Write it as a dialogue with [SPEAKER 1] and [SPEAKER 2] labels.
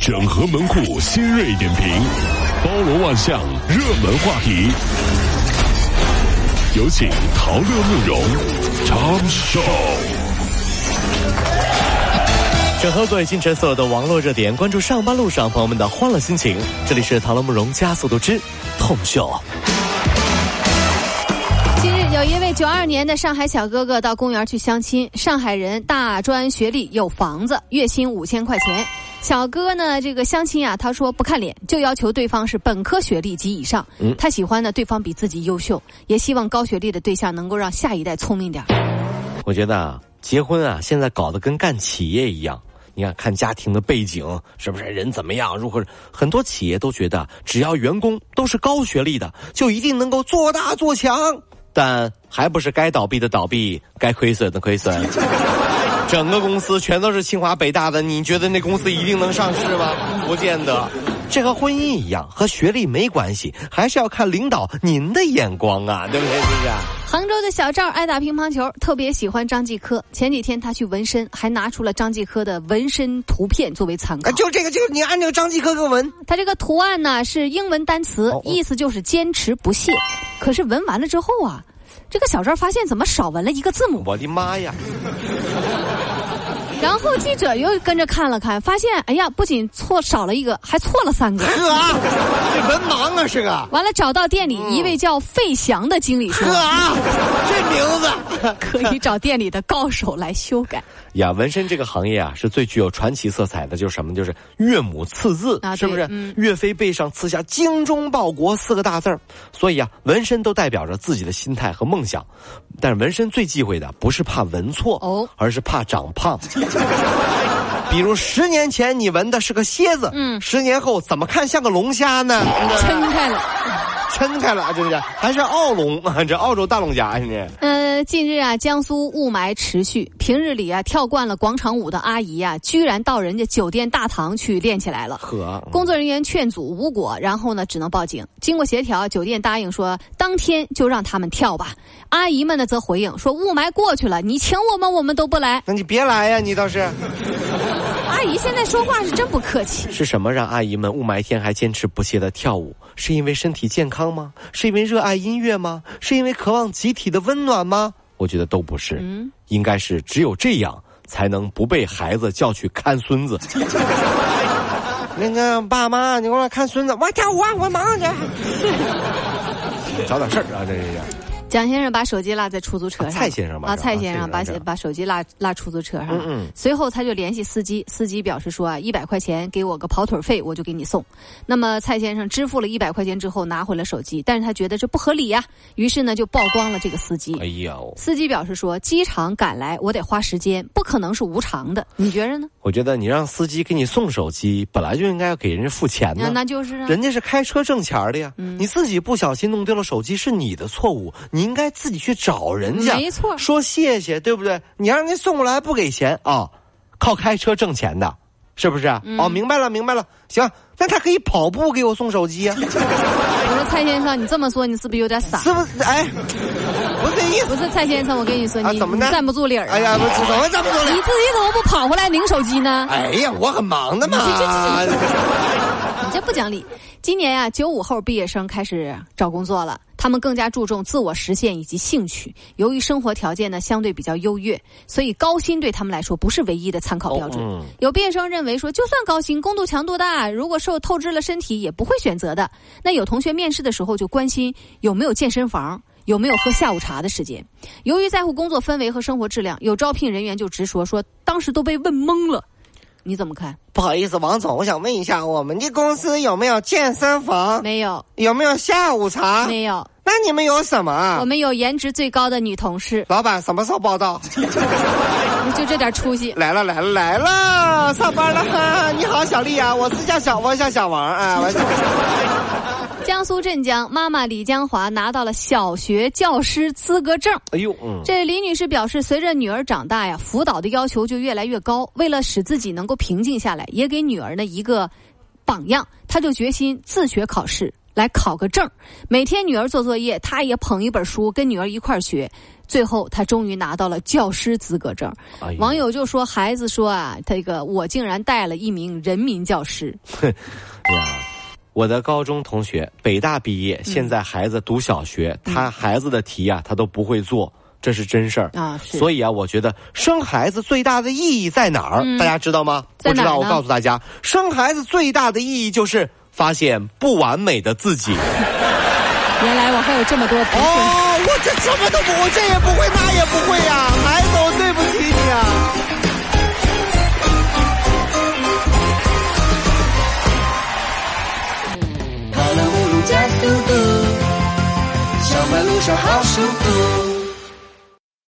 [SPEAKER 1] 整合门户新锐点评，包罗万象，热门话题。有请陶乐慕容长寿。
[SPEAKER 2] 整合各位清晨所有的网络热点，关注上班路上朋友们的欢乐心情。这里是《唐乐慕容加速度之痛秀》。
[SPEAKER 3] 近日，有一位九二年的上海小哥哥到公园去相亲，上海人，大专学历，有房子，月薪五千块钱。小哥呢，这个相亲啊，他说不看脸，就要求对方是本科学历及以上。他喜欢呢，对方比自己优秀，也希望高学历的对象能够让下一代聪明点儿。
[SPEAKER 2] 我觉得啊，结婚啊，现在搞得跟干企业一样。你看，看家庭的背景是不是人怎么样，如何？很多企业都觉得，只要员工都是高学历的，就一定能够做大做强。但还不是该倒闭的倒闭，该亏损的亏 损。整个公司全都是清华北大的，你觉得那公司一定能上市吗？不见得。这和婚姻一样，和学历没关系，还是要看领导您的眼光啊，对不对，是不是？
[SPEAKER 3] 杭州的小赵爱打乒乓球，特别喜欢张继科。前几天他去纹身，还拿出了张继科的纹身图片作为参考
[SPEAKER 2] 啊，。就这个，就你按这个张继科给我纹。
[SPEAKER 3] 它这个图案呢是英文单词
[SPEAKER 2] 哦，哦
[SPEAKER 3] 意思就是坚持不懈。可是纹完了之后啊，这个小赵发现怎么少纹了一个字母？
[SPEAKER 2] 我的妈呀！
[SPEAKER 3] 然后记者又跟着看了看，发现哎呀，不仅错少了一个，还错了三个。
[SPEAKER 2] 呵、啊这文盲啊是个。
[SPEAKER 3] 完了，找到店里
[SPEAKER 2] 嗯
[SPEAKER 3] 一位叫费翔的经理 说
[SPEAKER 2] 呵、，啊这名字
[SPEAKER 3] 可以找店里的高手来修 改。
[SPEAKER 2] 呀，纹身这个行业啊，是最具有传奇色彩的，就是什么？就是岳母刺字，
[SPEAKER 3] 啊对
[SPEAKER 2] 是不是？
[SPEAKER 3] 嗯
[SPEAKER 2] 岳飞背上刺下“精忠报国”四个大字儿，所以啊，纹身都代表着自己的心态和梦想。但是纹身最忌讳的不是怕纹错，
[SPEAKER 3] 哦
[SPEAKER 2] 而是怕长胖。比如十年前你纹的是个蝎子，
[SPEAKER 3] 嗯
[SPEAKER 2] 十年后怎么看像个龙虾呢？
[SPEAKER 3] 撑开了。
[SPEAKER 2] 撑开了，这啊是还是澳龙，啊这澳洲大龙虾哎呢？
[SPEAKER 3] 呃，近日啊，江苏雾霾持续，平日里啊跳惯了广场舞的阿姨啊，居然到人家酒店大堂去练起来了。
[SPEAKER 2] 呵，
[SPEAKER 3] 工作人员劝阻无果，然后呢，只能报警。经过协调，酒店答应说当天就让他们跳吧。阿姨们呢则回应说雾霾过去了，你请我们我们都不来。
[SPEAKER 2] 那你别来呀，你倒是
[SPEAKER 3] 阿姨现在说话是真不客气。
[SPEAKER 2] 是什么让阿姨们雾霾天还坚持不懈的跳舞？是因为身体健康吗？是因为热爱音乐吗？是因为渴望集体的温暖吗？我觉得都不是，应该是只有这样才能不被孩子叫去看孙子。 那个爸妈，你过来看孙子，我跳舞啊，我忙着。 找点事儿啊，这是。
[SPEAKER 3] 蒋先生把手机落在出租车上，
[SPEAKER 2] 蔡先生吧
[SPEAKER 3] 啊，
[SPEAKER 2] 是吧
[SPEAKER 3] 蔡先
[SPEAKER 2] 啊
[SPEAKER 3] 生把
[SPEAKER 2] 蔡先生
[SPEAKER 3] 把手机落落出租车上了。
[SPEAKER 2] 嗯嗯
[SPEAKER 3] 随后他就联系司机，司机表示说啊，一百块钱给我个跑腿费，我就给你送。那么蔡先生支付了一百块钱之后拿回了手机，但是他觉得这不合理呀、于是呢就曝光了这个司机。
[SPEAKER 2] 哎呦，
[SPEAKER 3] 司机表示说：“机场赶来，我得花时间，不可能是无偿的。你觉着呢？
[SPEAKER 2] 我觉得你让司机给你送手机，本来就应该要给人家付钱
[SPEAKER 3] 那
[SPEAKER 2] 呢。
[SPEAKER 3] 那就是啊，
[SPEAKER 2] 人家是开车挣钱儿的呀，你自己不小心弄丢了手机是你的错误，你应该自己去找人家，
[SPEAKER 3] 没错
[SPEAKER 2] 说谢谢，对不对？你让人家送过来不给钱啊、靠开车挣钱的，是不是啊？哦，明白了，明白了，行，那他可以跑步给我送手机呀、
[SPEAKER 3] 我说蔡先生，你这么说，你是不是有点傻？
[SPEAKER 2] 是不是？哎，我这意思，
[SPEAKER 3] 不是蔡先生，我跟你说，
[SPEAKER 2] 啊
[SPEAKER 3] 你
[SPEAKER 2] 怎么
[SPEAKER 3] 你
[SPEAKER 2] 呢
[SPEAKER 3] 站不住理儿啊。
[SPEAKER 2] 哎呀，我怎么这么多
[SPEAKER 3] 你
[SPEAKER 2] 人？
[SPEAKER 3] 自己怎么不跑回来拧手机呢？
[SPEAKER 2] 哎呀，我很忙的嘛。
[SPEAKER 3] 你这不讲理。今年啊，九五后毕业生开始找工作了，他们更加注重自我实现以及兴趣。由于生活条件呢相对比较优越，所以高薪对他们来说不是唯一的参考标准。
[SPEAKER 2] 哦嗯
[SPEAKER 3] 有毕业生认为说，就算高薪，工作强度大，如果受透支了身体，也不会选择的。那有同学面试的时候就关心有没有健身房。有没有喝下午茶的时间？由于在乎工作氛围和生活质量，有招聘人员就直说说，当时都被问懵了。你怎么看？
[SPEAKER 2] 不好意思，王总，我想问一下，我们这公司有没有健身房？
[SPEAKER 3] 没有，
[SPEAKER 2] 有没有下午茶？
[SPEAKER 3] 没有。
[SPEAKER 2] 那你们有什么啊
[SPEAKER 3] 我？们有颜值最高的女同事，
[SPEAKER 2] 老板什么时候报道？
[SPEAKER 3] 就这点出息。
[SPEAKER 2] 来了来了来了，上班了 哈！你好，小丽啊，我是叫小，我叫小王啊，我是
[SPEAKER 3] 江苏镇江妈妈李江华拿到了小学教师资格证。
[SPEAKER 2] 哎呦，嗯，
[SPEAKER 3] 这李女士表示，随着女儿长大呀，辅导的要求就越来越高。为了使自己能够平静下来，也给女儿呢一个榜样，她就决心自学考试，来考个证儿。每天女儿做作业，他也捧一本书跟女儿一块儿学。最后，他终于拿到了教师资格证。
[SPEAKER 2] 哎呀
[SPEAKER 3] 网友就说：“孩子说啊，这个我竟然带了一名人民教师。
[SPEAKER 2] 呀，我的高中同学北大毕
[SPEAKER 3] 嗯
[SPEAKER 2] 业，现在孩子读小学，他孩子的题啊，他都不会做，这是真事儿
[SPEAKER 3] 啊是
[SPEAKER 2] 所以啊，我觉得生孩子最大的意义在哪儿？大家知道吗？
[SPEAKER 3] 在
[SPEAKER 2] 不
[SPEAKER 3] 哪
[SPEAKER 2] 知
[SPEAKER 3] 儿
[SPEAKER 2] 道，我
[SPEAKER 3] 呢
[SPEAKER 2] 告诉大家，生孩子最大的意义就是发现不完美的自己。”
[SPEAKER 3] 原来我还有这么多不顺
[SPEAKER 2] 哦，我这什么都不，我这也不会，那也不会呀、孩子，我对不起你啊。
[SPEAKER 4] 跑了五路加速度，上班路上好舒服。